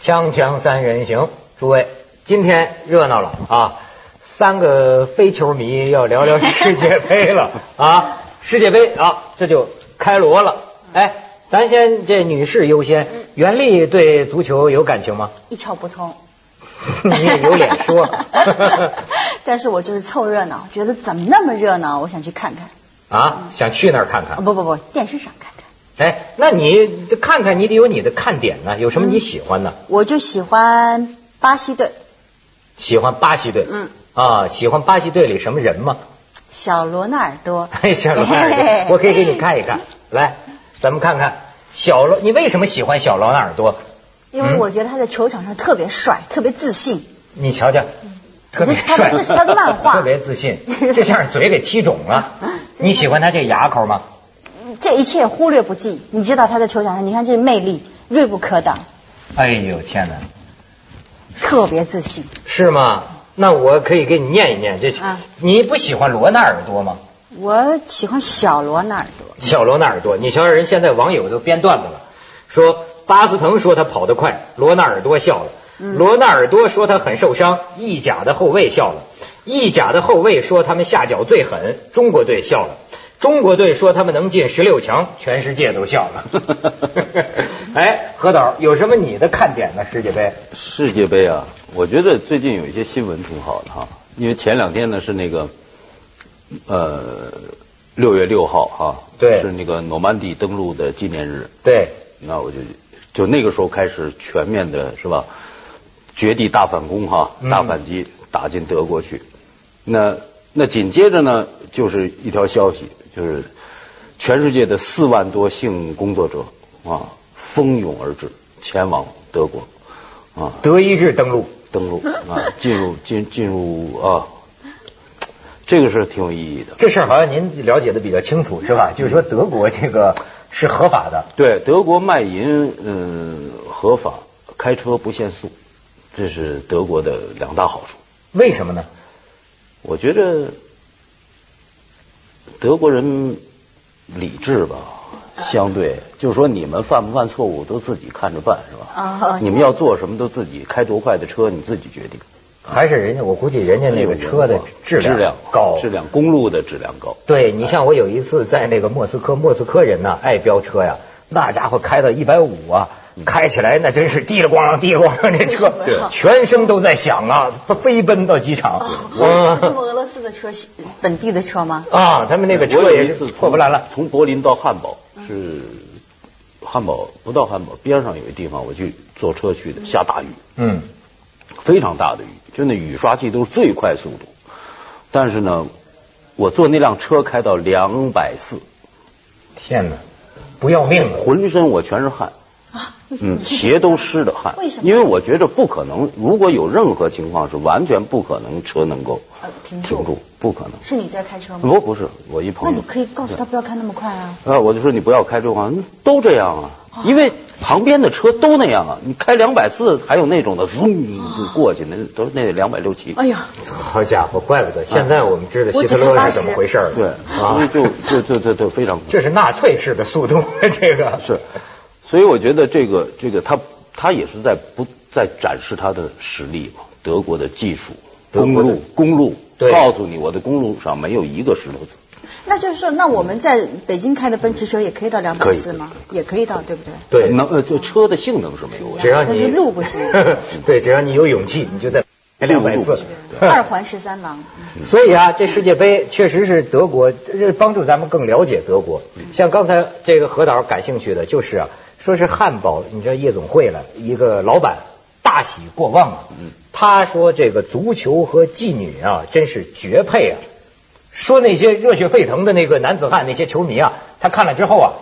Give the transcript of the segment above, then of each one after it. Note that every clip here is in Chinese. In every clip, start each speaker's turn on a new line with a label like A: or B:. A: 锵锵三人行，诸位，今天热闹了啊！三个非球迷要聊聊世界杯 了啊！世界杯啊，这就开锣了。哎，咱先这女士优先，袁丽对足球有感情吗？
B: 一窍不通。
A: 你也有脸说
B: 但是我就是凑热闹，觉得怎么那么热闹，我想去看看。
A: 啊？想去那儿看
B: 啊
A: 看？
B: 不不不，电视上看看。
A: 哎，那你这看看，你得有你的看点呢。有什么你喜欢的？
B: 我就喜欢巴西队，
A: 喜欢巴西队？
B: 嗯，
A: 啊，喜欢巴西队里什么人吗？
B: 小罗纳尔多。
A: 哎，小罗纳尔
B: 嘿
A: 多，我可以给你看一看。来，咱们看看小罗，你为什么喜欢小罗纳尔多？
B: 因为我觉得他在球场上特别帅，特别自信。
A: 你瞧瞧，特别
B: 这是他的
A: 帅，
B: 这是他的漫 画
A: 特别自信，这像是嘴给踢肿 了。你喜欢他这牙口吗？
B: 这一切忽略不计，你知道他在球场上，你看这魅力锐不可挡，
A: 哎呦天哪，
B: 特别自信。
A: 是吗？那我可以给你念一念这
B: 啊。
A: 你不喜欢罗纳尔多吗？
B: 我喜欢小罗纳尔多，
A: 小罗纳尔多，你瞧瞧人现在网友都编段子了，说巴斯滕说他跑得快，罗纳尔多笑了；
C: 嗯
A: 罗纳尔多说他很受伤，意甲的后卫笑了；意甲的后卫说他们下脚最狠，中国队笑了；中国队说他们能进十六强，全世界都笑了。 哎，何导，有什么你的看点呢？世界杯？
C: 世界杯啊，我觉得最近有一些新闻挺好的哈，因为前两天呢是那个呃六月六号哈，
A: 对
C: 是那个诺曼底登陆的纪念日，
A: 对，
C: 那我就就那个时候开始全面的是吧，绝地大反攻哈，
A: 嗯
C: 大反击打进德国去，那那紧接着呢就是一条消息，就是全世界的四万多性工作者啊蜂拥而至前往德国啊。
A: 德意志登陆，
C: 登陆啊， 进入进进入啊，这个是挺有意义的。
A: 这事儿好像您了解的比较清楚是吧？
C: 嗯
A: 就是说德国这个是合法的，
C: 对，德国卖淫嗯合法，开车不限速，这是德国的两大好处。
A: 为什么呢？
C: 我觉得德国人理智吧，相对就是说你们犯不犯错误都自己看着办是吧
B: 哦？
C: 你们要做什么都自己开多快的车你自己决定。
A: 还是人家，我估计人家那
C: 哎
A: 个车的质
C: 质量
A: 量高。
C: 质量公路的质量高。
A: 对你像我有一次在那个莫斯科，莫斯科人呐爱飙车呀，那家伙开到一百五啊，开起来那真是滴了咣啷滴了咣啷，那 车
B: 对
A: 全声都在响啊，飞奔到机场。
B: 是中
A: 嗯
B: 哦国俄罗斯的车，本地的车吗？
A: 啊，他们那个
C: 我
A: 车
C: 有
A: 也
C: 一
A: 是
C: 次
A: 破破烂烂。
C: 从柏林到汉堡是汉堡不到汉堡边上有一地方，我去坐车去的，下大雨，
A: 嗯，
C: 非常大的雨，就那雨刷器都是最快速度。但是呢，我坐那辆车开到两百四，
A: 天哪，不要命啊了！
C: 浑身我全是汗，
B: 啊
C: 嗯，鞋都湿的汗。
B: 为什么
C: 因为我觉得不可能，如果有任何情况是完全不可能车能够
B: 呃停住
C: 停住，不可能。
B: 是你在开车吗？
C: 不不是，我一朋
B: 那
C: 友。
B: 你可以告诉他不要开那么快啊。
C: 啊，我就说你不要开这款，都这样啊，因为旁边的车都那样啊，你开两百四，还有那种的嗡就过去，那都那两百六七，
B: 哎呀，
A: 好家伙，怪不得现在我们知道希
B: 我
A: 特
B: 只
A: 勒
B: 开
A: 是怎么
B: 80
A: 回事了。
C: 对，所以
A: 啊，
C: 就就就就就非常
A: 这是纳粹式的速度， 这个
C: 是，所以我觉得这个这个他他也是在不在展示他的实力嘛，德国的技术，
A: 德
C: 公
A: 国的
C: 路公路，
A: 对
C: 告诉你我的公路上没有一个石头子，
B: 那就是说，那我们在北京开的奔驰车也可以到两百四吗？也可以到，对不对？
A: 对，
C: 能呃这车的性能是没有问题，
A: 只要你
B: 但是路不 行
A: 对，只要你有勇气，你就在两百
C: 路不
A: 四
C: 行。
B: 二环十三郎，
A: 所以啊，这世界杯确实是德国，这帮助咱们更了解德国。像刚才这个何导感兴趣的，就是啊，说是汉堡，你知道夜总会了，一个老板大喜过望啊，
C: 嗯
A: 他说这个足球和妓女啊，真是绝配啊。说那些热血沸腾的那个男子汉，那些球迷啊，他看了之后啊，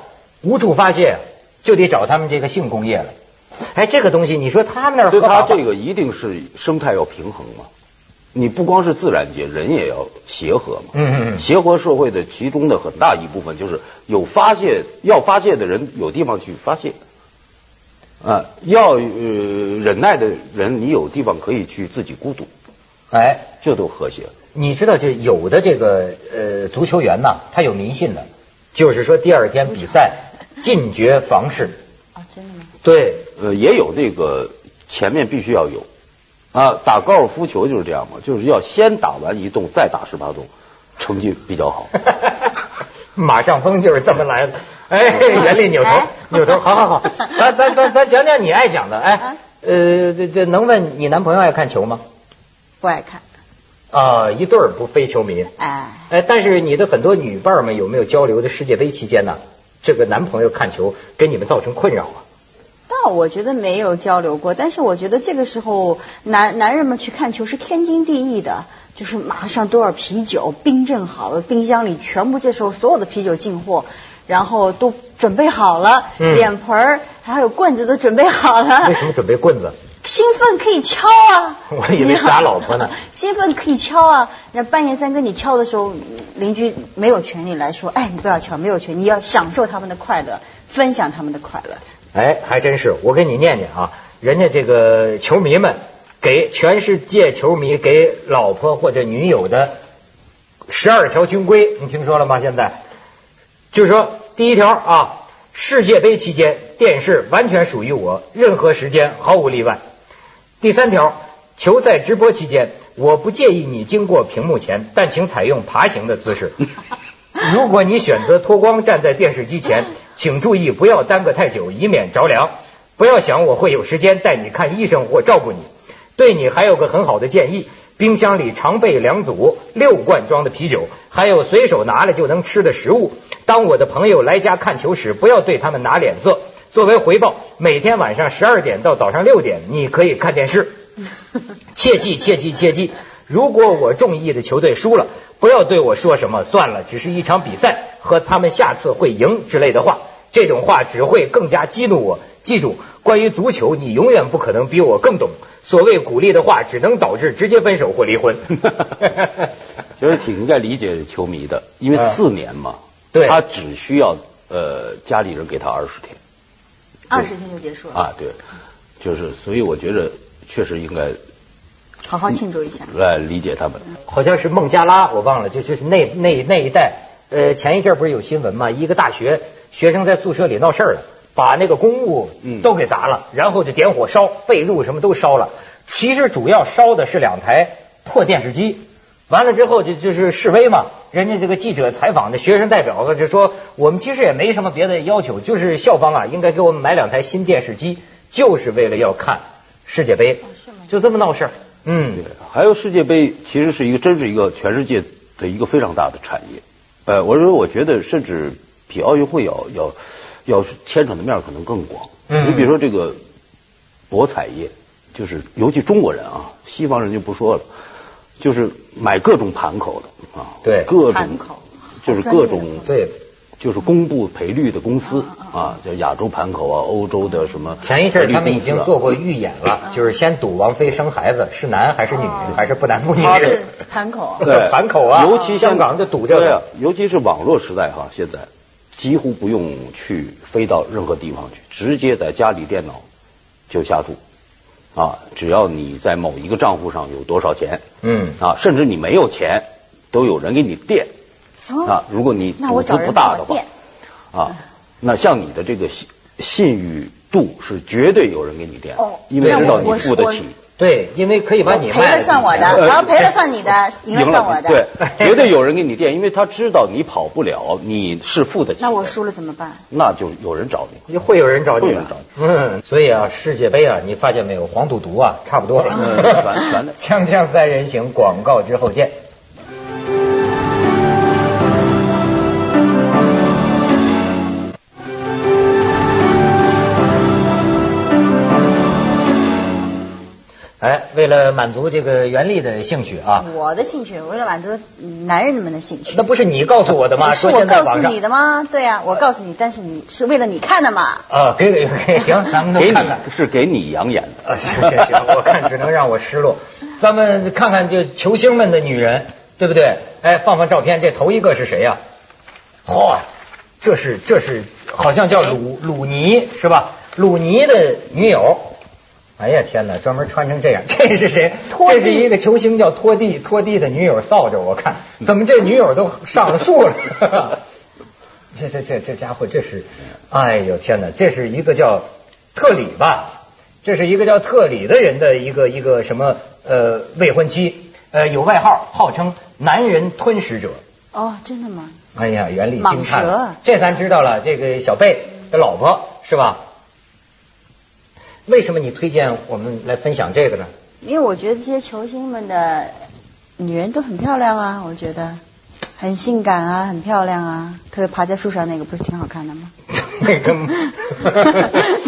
A: 无处发泄，就得找他们这个性工业了。哎，这个东西，你说他们 那儿啊
C: 所
A: 合法
C: 以它
A: 吧
C: 这个一定是生态要平衡嘛，你不光是自然界，人也要协和嘛。
A: 嗯嗯嗯
C: 协和社会的其中的很大一部分就是有发泄，要发泄的人有地方去发泄，啊，要呃忍耐的人，你有地方可以去自己孤独，
A: 哎。
C: 这都和谐了。
A: 你知道，这有的这个呃足球员呐，他有迷信的，就是说第二天比赛禁绝房事。
B: 哦，真的吗？
A: 对，
C: 呃，也有这个前面必须要有啊。打高尔夫球就是这样嘛，就是要先打完一洞，再打十八洞，成绩比较好。
A: 马上风就是这么来的。 哎，袁立扭头
B: 哎
A: 扭头，好好好， 咱咱咱咱讲讲你爱讲的。哎
B: 啊，
A: 呃，这这能问你男朋友爱看球吗？
B: 不爱看，
A: 啊，一对儿不非球迷。
B: 哎，
A: 哎，但是你的很多女伴儿们有没有交流的世界杯期间呢？这个男朋友看球给你们造成困扰 啊？
B: 倒我觉得没有交流过，但是我觉得这个时候男男人们去看球是天经地义的，就是马上多少啤酒冰镇好了，冰箱里全部这时候所有的啤酒进货，然后都准备好了，
A: 嗯
B: 脸盆儿还有棍子都准备好了
A: 为，什么准备棍子？
B: 兴奋可以敲 啊！
A: 我以为是打老婆呢。
B: 兴奋可以敲啊！那半夜三更你敲的时候，邻居没有权利来说，哎，你不要敲，没有权，你要享受他们的快乐，分享他们的快乐。
A: 哎，还真是，我给你念念啊，人家这个球迷们给全世界球迷给老婆或者女友的十二条军规，你听说了吗？现在就是说，第一条啊，世界杯期间电视完全属于我，任何时间毫无例外。第三条，球赛直播期间，我不介意你经过屏幕前，但请采用爬行的姿势。如果你选择脱光站在电视机前，请注意不要耽搁太久，以免着凉。不要想我会有时间带你看医生或照顾你。对你还有个很好的建议：冰箱里常备两组六罐装的啤酒，还有随手拿来就能吃的食物。当我的朋友来家看球时，不要对他们拿脸色。作为回报，每天晚上十二点到早上六点，你可以看电视。切记切记切记，如果我中意的球队输了，不要对我说什么算了，只是一场比赛，和他们下次会赢之类的话，这种话只会更加激怒我。记住，关于足球，你永远不可能比我更懂。所谓鼓励的话，只能导致直接分手或离婚。
C: 其实挺应该理解球迷的，因为
A: 嗯
C: 四年嘛，
A: 对
C: 他只需要呃家里人给他二十天
B: 二十天就结束了，
C: 啊，对，就是所以我觉得确实应该
B: 好好庆祝一下。
C: 来理解他们。
A: 好像是孟加拉，我忘了，就就是那那那一带。呃，前一阵儿不是有新闻嘛，一个大学学生在宿舍里闹事儿了，把那个公物
C: 嗯
A: 都给砸了，然后就点火烧，被褥什么都烧了。其实主要烧的是两台破电视机。完了之后就就是示威嘛，人家这个记者采访的学生代表啊就说，我们其实也没什么别的要求，就是校方啊应该给我们买两台新电视机，就是为了要看世界杯，
B: 是吗
A: 就这么闹事儿。嗯
C: 对，，还有世界杯其实是一个，真是一个全世界的一个非常大的产业。呃，我说我觉得甚至比奥运会要要要牵扯的面儿可能更广。
A: 嗯
C: 你比如说这个博彩业，就是尤其中国人啊，西方人就不说了，就是买各种盘口的啊，
A: 对
C: 各种
B: 盘口
C: 就是
B: 好专业
C: 各
B: 的
C: 种
B: 口
A: 对。
C: 就是公布赔率的公司
B: 啊啊啊
C: 啊，叫亚洲盘口啊，欧洲的什么
A: 前一阵儿他们已
C: 赔率公司
A: 经
C: 啊
A: 做过预演了，就是先赌王菲生孩子是男还是女
B: 嗯哦，
A: 还是不男不女。
B: 是盘口，
C: 对，
A: 盘口啊
C: 尤其
A: 香港就
C: 赌
A: 赌这个
C: 啊，尤其是网络时代哈，现在几乎不用去飞到任何地方去，直接在家里电脑就下注啊，只要你在某一个账户上有多少钱
A: 嗯，
C: 啊，甚至你没有钱，都有人给你垫
B: 哦。
C: 啊如果你
B: 那我
C: 赌资
B: 找人
C: 不
B: 帮
C: 大
B: 我
C: 的话
B: 垫，
C: 啊，那像你的这个信信誉度是绝对有人给你垫的
B: 哦，
C: 因为
A: 那
C: 知道
A: 我
C: 你
B: 我
C: 付得
B: 我
C: 起。
A: 对，因为可以把你
B: 赔
A: 卖
B: 了
A: 了
B: 算我
A: 挣钱
B: 的，然后赔了算你的，赢了算我的。
C: 对，绝对有人给你垫，因为他知道你跑不了，你是付得起的。
B: 那我输了怎么办？
C: 那就有人找你。
A: 会有人找你
C: 会有
A: 的
C: 人找你。
A: 嗯，所以啊，世界杯啊，你发现没有，黄赌毒啊，差不多了。
C: 嗯全全的
A: 锵 锵三人行，广告之后见。哎，为了满足这个袁立的兴趣啊，
B: 我的兴趣，为了满足男人们的兴趣
A: 那。不是你告诉我的吗？
B: 是
A: 说
B: 我
A: 现在
B: 告诉
A: 网上
B: 你的吗？对呀、我告诉你，但是你是为了你看的嘛。
A: 啊，给给给，行，咱们都
C: 给
A: 看看。
C: 你是给你养眼 的。
A: 啊，行行行，我看只能让我失落。咱们看看这球星们的女人，对不对？哎，放放照片，这头一个是谁呀、嚯、这是这是好像叫鲁鲁尼是吧？鲁尼的女友。哎呀天哪，专门穿成这样，这是谁？
B: 托
A: 这
B: 蒂
A: 是一个球星叫托蒂，托蒂的女友扫帚，我看怎么这女友都上了树了。 这这这这家伙，这是，哎呦天哪，这是一个叫特里吧，这是一个叫特里的人的一个一个什么呃未婚妻，呃有外号，号称男人吞食者。
B: 哦，真的吗？
A: 哎呀，原理惊
B: 蟒
A: 叹
B: 蛇
A: 了，这咱知道了。这个小贝的老婆是吧？为什么你推荐我们来分享这个呢？
B: 因为我觉得这些球星们的女人都很漂亮啊，我觉得很性感啊，很漂亮啊，特别爬在树上那个不是挺好看的吗？
A: 那个
B: 你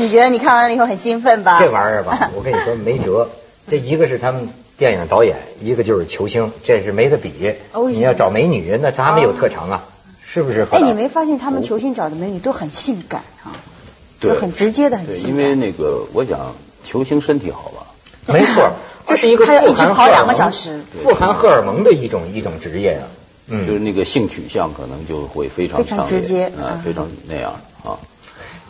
B: 啊觉得你看完了以后很兴奋吧？
A: 这玩意儿 吧，我跟你说没辙。这一个是他们电影导演，一个就是球星，这是没得比。
B: 哦为什么
A: 你要找美女，那他们有特长啊，是不是？
B: 哎，你没发现他们球星找的美女都很性感啊？
C: 对，
B: 都很直接的很
C: 对，
B: 性
C: 因
B: 感
C: 为那个我想球星身体好吧，
A: 没错， 这是一个
B: 他要一
A: 富
B: 直
A: 含荷
B: 跑
A: 尔
B: 两个
A: 蒙
B: 小时
A: 富含荷尔蒙的一种一种职业啊。
C: 就是
A: 嗯，
C: 那个性取向可能就会非常
B: 非常
C: 强烈
B: 直接
C: 啊
B: 嗯，
C: 非常那样啊。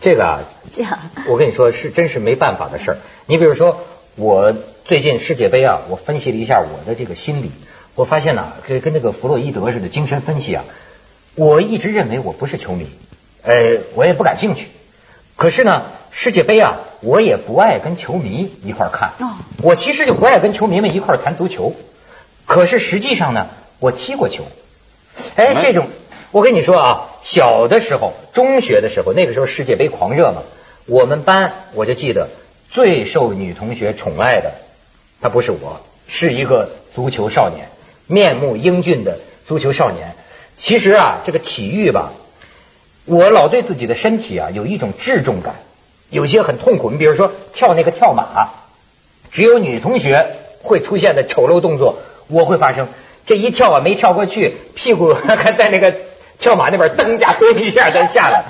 A: 这个啊，
B: 这样，
A: 我跟你说是真是没办法的事儿。你比如说，我最近世界杯啊，我分析了一下我的这个心理，我发现呐、跟跟那个弗洛伊德似的精神分析啊，我一直认为我不是球迷，呃，我也不感兴趣。可是呢，世界杯啊，我也不爱跟球迷一块儿看。
B: 哦
A: 我其实就不爱跟球迷们一块儿谈足球。可是实际上呢，我踢过球。哎，
C: 嗯
A: 这种，我跟你说啊，小的时候，中学的时候，那个时候世界杯狂热嘛，我们班我就记得最受女同学宠爱的，他不是我，是一个足球少年，面目英俊的足球少年。其实啊，这个体育吧，我老对自己的身体啊有一种质重感，有些很痛苦。你比如说跳那个跳马，只有女同学会出现的丑陋动作，我会发生。这一跳啊，没跳过去，屁股 还在那个跳马那边蹬一下蹲一下再下来。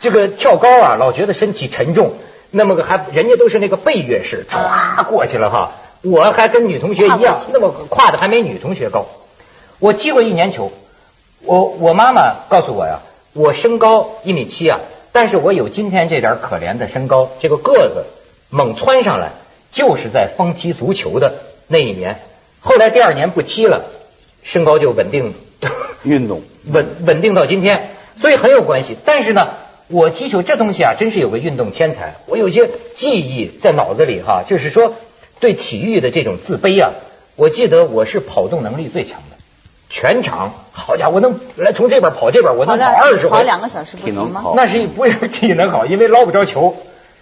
A: 这个跳高啊，老觉得身体沉重，那么个还人家都是那个背跃式，歘过去了哈。我还跟女同学一
B: 跨
A: 样
B: 过去，
A: 那么跨的还没女同学高。我踢过一年球，我我妈妈告诉我呀，我身高一米七啊，但是我有今天这点可怜的身高，这个个子猛窜上来，就是在疯踢足球的那一年。后来第二年不踢了，身高就稳定，
C: 运动，
A: 稳稳定到今天，所以很有关系。但是呢，我踢球这东西啊，真是有个运动天才，我有些记忆在脑子里哈，就是说对体育的这种自卑啊，我记得我是跑动能力最强的，全场，好家伙，我能来从这边跑这边，我
B: 跑
A: 能跑
B: 两
A: 二十
B: 跑
A: 回。
B: 两个小时不
C: 体能
B: 行吗
C: 跑？
A: 那是不是体能好？因为捞不着球，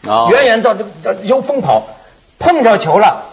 C: 啊
A: 远远到这到由疯跑，碰着球了，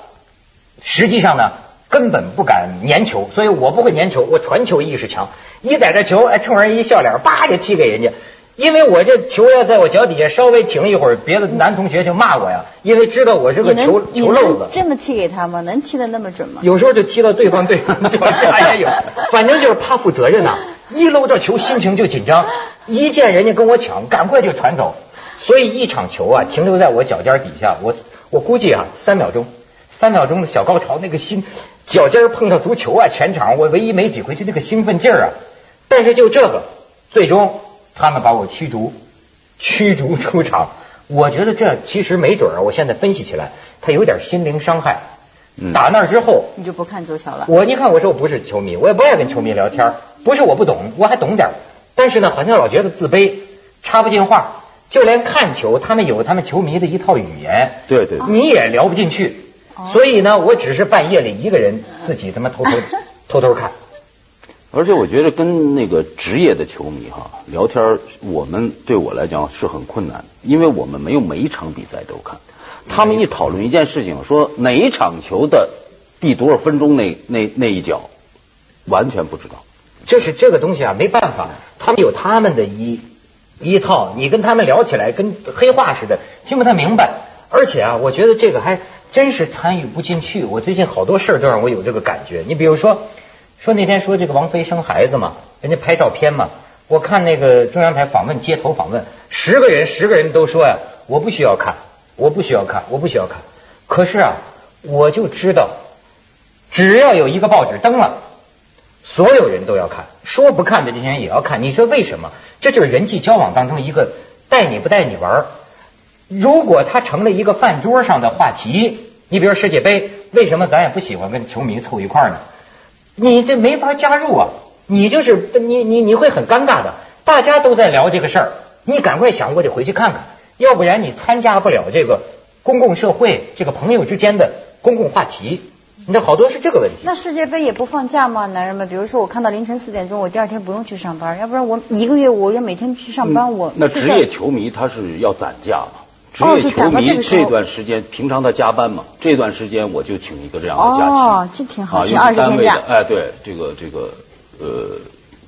A: 实际上呢根本不敢粘球，所以我不会粘球，我传球意识强，一逮着球，哎，冲人一笑脸，叭就踢给人家。因为我这球要在我脚底下稍微停一会儿，别的男同学就骂我呀，因为知道我是
B: 你
A: 个球
B: 能你
A: 球漏子
B: 能，真的踢给他吗？能踢得那么准吗？
A: 有时候就踢到对方队方脚下也有，反正就是怕负责任呐、一搂着球心情就紧张，一见人家跟我抢，赶快就传走。所以一场球啊停留在我脚尖底下，我我估计啊三秒钟，三秒钟的小高潮，那个心脚尖碰到足球啊，全场我唯一没几回就那个兴奋劲儿啊。但是就这个，最终他们把我驱逐，驱逐出场。我觉得这其实没准儿啊，我现在分析起来，他有点心灵伤害。
C: 嗯
A: 打那儿之后，
B: 你就不看足球了？
A: 我你看，我说我不是球迷，我也不爱跟球迷聊天儿，不是我不懂，我还懂点儿但是呢，好像老觉得自卑，插不进话，就连看球，他们有他们球迷的一套语言，
C: 对对对
A: 你也聊不进去。所以呢，我只是半夜里一个人自己他妈偷偷偷偷看。
C: 而且我觉得跟那个职业的球迷哈聊天儿，我们对我来讲是很困难，因为我们没有每一场比赛都看。他们一讨论一件事情，说哪一场球的第多少分钟那那那一脚，完全不知道。
A: 这是这个东西啊，没办法，他们有他们的一一套，你跟他们聊起来跟黑话似的，听不太明白。而且啊，我觉得这个还真是参与不进去。我最近好多事儿都让我有这个感觉。你比如说， 说那天说这个王菲生孩子嘛，人家拍照片嘛，我看那个中央台访问街头访问，十个人十个人都说呀、啊我不需要看，我不需要看，我不需要看。可是啊，我就知道，只要有一个报纸登了。所有人都要看，说不看的这些人也要看。你说为什么？这就是人际交往当中一个带你不带你玩儿。如果它成了一个饭桌上的话题，你比如世界杯，为什么咱也不喜欢跟球迷凑一块儿呢？你这没法加入啊，你就是你你你会很尴尬的。大家都在聊这个事儿，你赶快想，我得回去看看，要不然你参加不了这个公共社会这个朋友之间的公共话题。你这好多是这个问题。
B: 那世界杯也不放假吗？男人们，比如说我看到凌晨四点钟，我第二天不用去上班，要不然我一个月我要每天去上班，我
C: 嗯那
B: 是
C: 职
B: 这样
C: 业球迷他是要攒假嘛？职
B: 哦
C: 业
B: 就
C: 球
B: 攒到这
C: 迷
B: 个时候
C: 这段时间，平常他加班嘛，这段时间我就请一个这样的假期，
B: 哦这挺好
C: 啊
B: 请
C: 用
B: 20天
C: 单位的
B: 假
C: 哎，对，这个这个呃，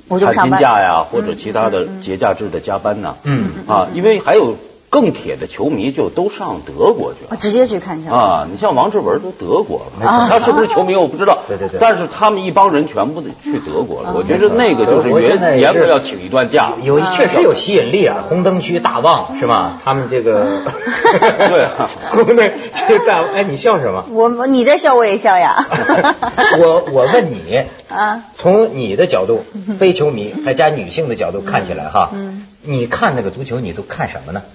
B: 我就不
C: 产
B: 上
C: 品
B: 班嗯
C: 假呀，或者其他的节假日的加班呐，
A: 嗯
C: 啊，因为还有更铁的球迷就都上德国去了。
B: 我哦直接去看去了。
C: 啊，你像王志文都德国了，啊
A: 没错
C: 他是不是
B: 啊
C: 球迷我不知道，
A: 对对对
C: 但是他们一帮人全部得去德国
B: 啊
C: 了，我觉得那个就是
A: 德国现在
C: 原
A: 也是
C: 原本要请一段假，
A: 有确实有吸引力啊，红灯区大旺是
B: 嗯
A: 吧？他们这 个
C: 对
A: 红灯区大旺，哎，你笑 什么？。
B: 我你在笑我也笑呀
A: 我我问你，
B: 啊，
A: 从你的角度，非球迷还加女性的角度看起来哈，
B: 嗯
A: 你看那个足球，你都看什么呢？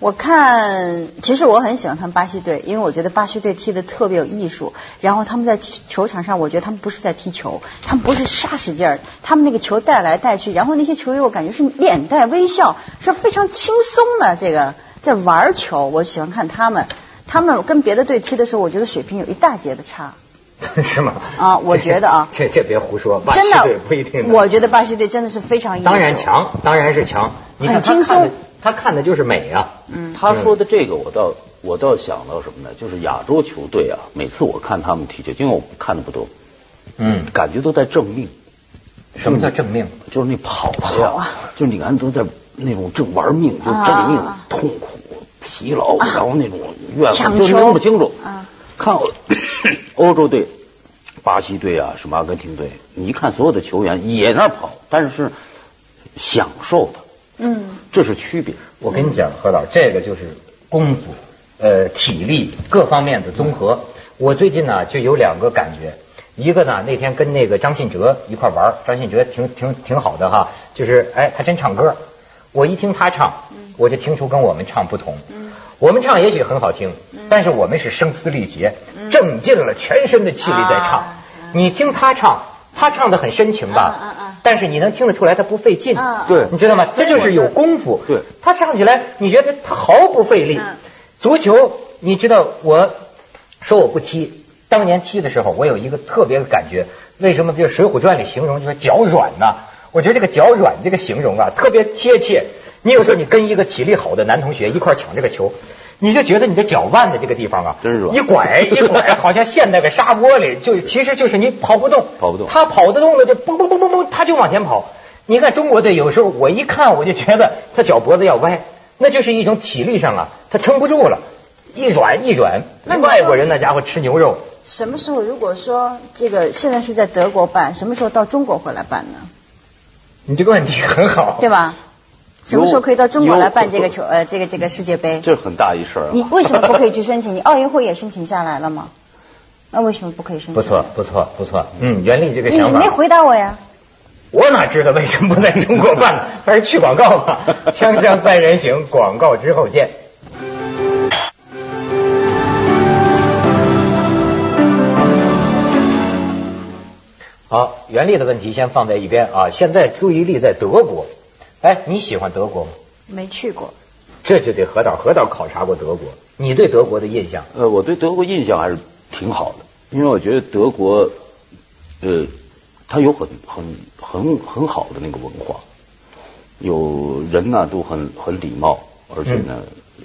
B: 我看，其实我很喜欢看巴西队，因为我觉得巴西队踢得特别有艺术。然后他们在球场上，我觉得他们不是在踢球，他们不是杀使劲儿，他们那个球带来带去，然后那些球员我感觉是脸带微笑，是非常轻松的这个在玩球。我喜欢看他们，他们跟别的队踢的时候，我觉得水平有一大截的差。
A: 是吗？
B: 啊我觉得啊
A: 这这别胡说，巴
B: 真
A: 西队
B: 的
A: 不一定，能。
B: 我觉得巴西队真的是非常艺术。
A: 当然强，当然是强。你看
B: 很
A: 他
B: 轻
A: 看的
B: 松，
A: 他看的就是美啊。
B: 嗯
C: 他说的这个，我倒我倒想到什么呢？就是亚洲球队啊，每次我看他们踢球，因为我看的不多，
A: 嗯，
C: 感觉都在挣命，
A: 什么
C: 嗯
A: 叫正命？
C: 就是那跑的呀，
B: 跑啊
C: 就是你看都在那种正玩命，就挣命、
B: 啊
C: 痛苦、疲劳，然后那种怨
B: 抢
C: 恨，就是
B: 球
C: 弄不清楚。
B: 啊
C: 看欧 欧洲队、巴西队啊，什么阿根廷队，你一看所有的球员也那儿跑，但是是享受的，
B: 嗯，
C: 这是区别。
A: 我跟你讲，何老，这个就是功夫、呃体力各方面的综合。我最近呢就有两个感觉，一个呢那天跟那个张信哲一块玩儿，张信哲挺挺挺好的哈，就是哎他真唱歌，我一听他唱，我就听出跟我们唱不同。我们唱也许很好听，但是我们是声嘶力竭，正尽了全身的气力在唱
B: 嗯啊。
A: 你听他唱，他唱的很深情
B: 嗯嗯
A: 吧
B: 嗯，
A: 但是你能听得出来他不费劲
B: 嗯嗯。
C: 对
A: 你知道吗？这
B: 所以
A: 就
B: 我
A: 是
B: 说
A: 有功夫。
C: 对
A: 他唱起来，你觉得他毫不费力。
B: 嗯
A: 足球，你知道，我说我不踢，当年踢的时候，我有一个特别的感觉。为什么？比如《水浒传》里形容就说脚软呐、我觉得这个脚软这个形容啊，特别贴切。你有时候你跟一个体力好的男同学一块儿抢这个球，你就觉得你的脚腕的这个地方啊，
C: 真软
A: 一拐 一拐，好像陷在个沙窝里，就其实就是你跑不动，
C: 跑不动
A: 他跑得动了就嘣嘣嘣嘣嘣，他就往前跑。你看中国队有时候我一看我就觉得他脚脖子要歪，那就是一种体力上啊，他撑不住了，一软一软。
B: 那你说
A: 外国人那家伙吃牛肉，
B: 什么时候如果说这个现在是在德国办，什么时候到中国回来办呢？
A: 你这个问题很好。
B: 对吧？什么时候可以到中国来办这个球呃这个这个世界杯？
C: 这是很大一事儿、啊。
B: 你为什么不可以去申请？你奥运会也申请下来了吗？那为什么不可以申请？
A: 不错，不错，不错。嗯，袁立这个
B: 你
A: 想
B: 没
A: 法，
B: 回答我呀。
A: 我哪知道为什么不在中国办 呢？还是去广告 吧。锵锵三人行，广告之后见。好，袁立的问题先放在一边啊。现在注意力在德国。哎，你喜欢德国吗？
B: 没去过，
A: 这就得何导，何导考察过德国，你对德国的印象？
C: 呃，我对德国印象还是挺好的，因为我觉得德国，呃，它有很很很很好的那个文化，有人呢、都很很礼貌，而且呢，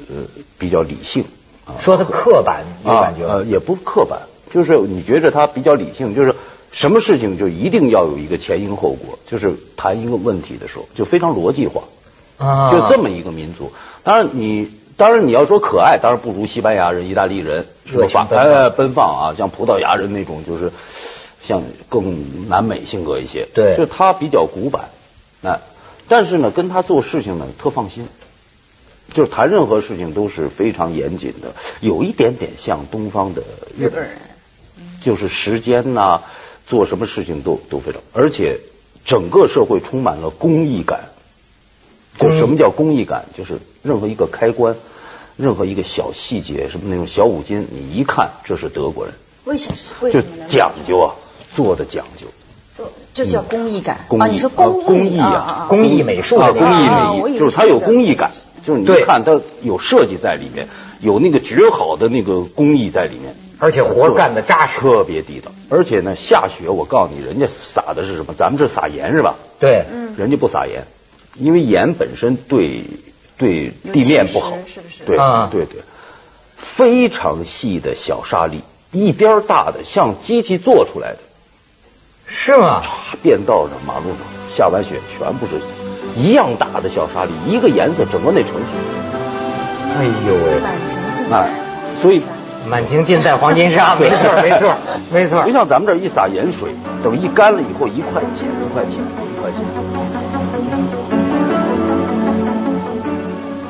C: 呃，比较理性啊。
A: 嗯说的刻板，有
C: 啊
A: 感觉，
C: 呃，
A: 吗？
C: 也不刻板，就是你觉着他比较理性，就是什么事情就一定要有一个前因后果，就是谈一个问题的时候就非常逻辑化，
A: 啊
C: 就这么一个民族。当然你。当然，你要说可爱，当然不如西班牙人、意大利人什么
A: 热情
C: 法
A: 奔放
C: 呃奔放啊，像葡萄牙人那种，就是像更南美性格一些。
A: 对
C: 就他比较古板，哎，但是呢，跟他做事情呢特放心，就是谈任何事情都是非常严谨的，有一点点像东方的日本人，就是时间呐、做什么事情都都非常，而且整个社会充满了公益感。就
A: 公益
C: 什么叫公益感？就是任何一个开关，任何一个小细节，什么那种小五金，你一看这是德国人，
B: 为什么？为
C: 就
B: 什么呢？
C: 讲究啊，做的讲究。
B: 做，就叫公益感
C: 公益
B: 啊！你说公
C: 啊公益啊
B: 啊
A: 公益美术
C: 啊，
A: 的
C: 工
A: 那个
B: 啊啊我以
C: 艺美，
B: 为
C: 就是它有工艺感，就是你一
A: 对
C: 看它有设计在里面，有那个绝好的那个工艺在里面，
A: 而且活干得扎实。
C: 特别地道。而且呢，下雪我告诉你，人家撒的是什么？咱们这撒盐是吧？
A: 对，
B: 嗯
C: 人家不撒盐，因为盐本身对对
B: 有
C: 地面
B: 侵
C: 不好
B: 蚀，是不是
C: 对、
A: 啊
C: 对对，非常细的小沙粒，一边儿大的像机器做出来的，
A: 是吗？
C: 啪变道上、马路上，下完雪全部是一样大的小沙粒，一个颜色，整个那城市，
A: 哎呦喂，
B: 满城尽
C: 哎
B: 带。
C: 所以
A: 满清尽带黄金沙，没错儿，没错儿，没错
C: 不
A: 儿。
C: 像咱们这儿一撒盐水，等一干了以后，一块钱、一块钱、一块钱，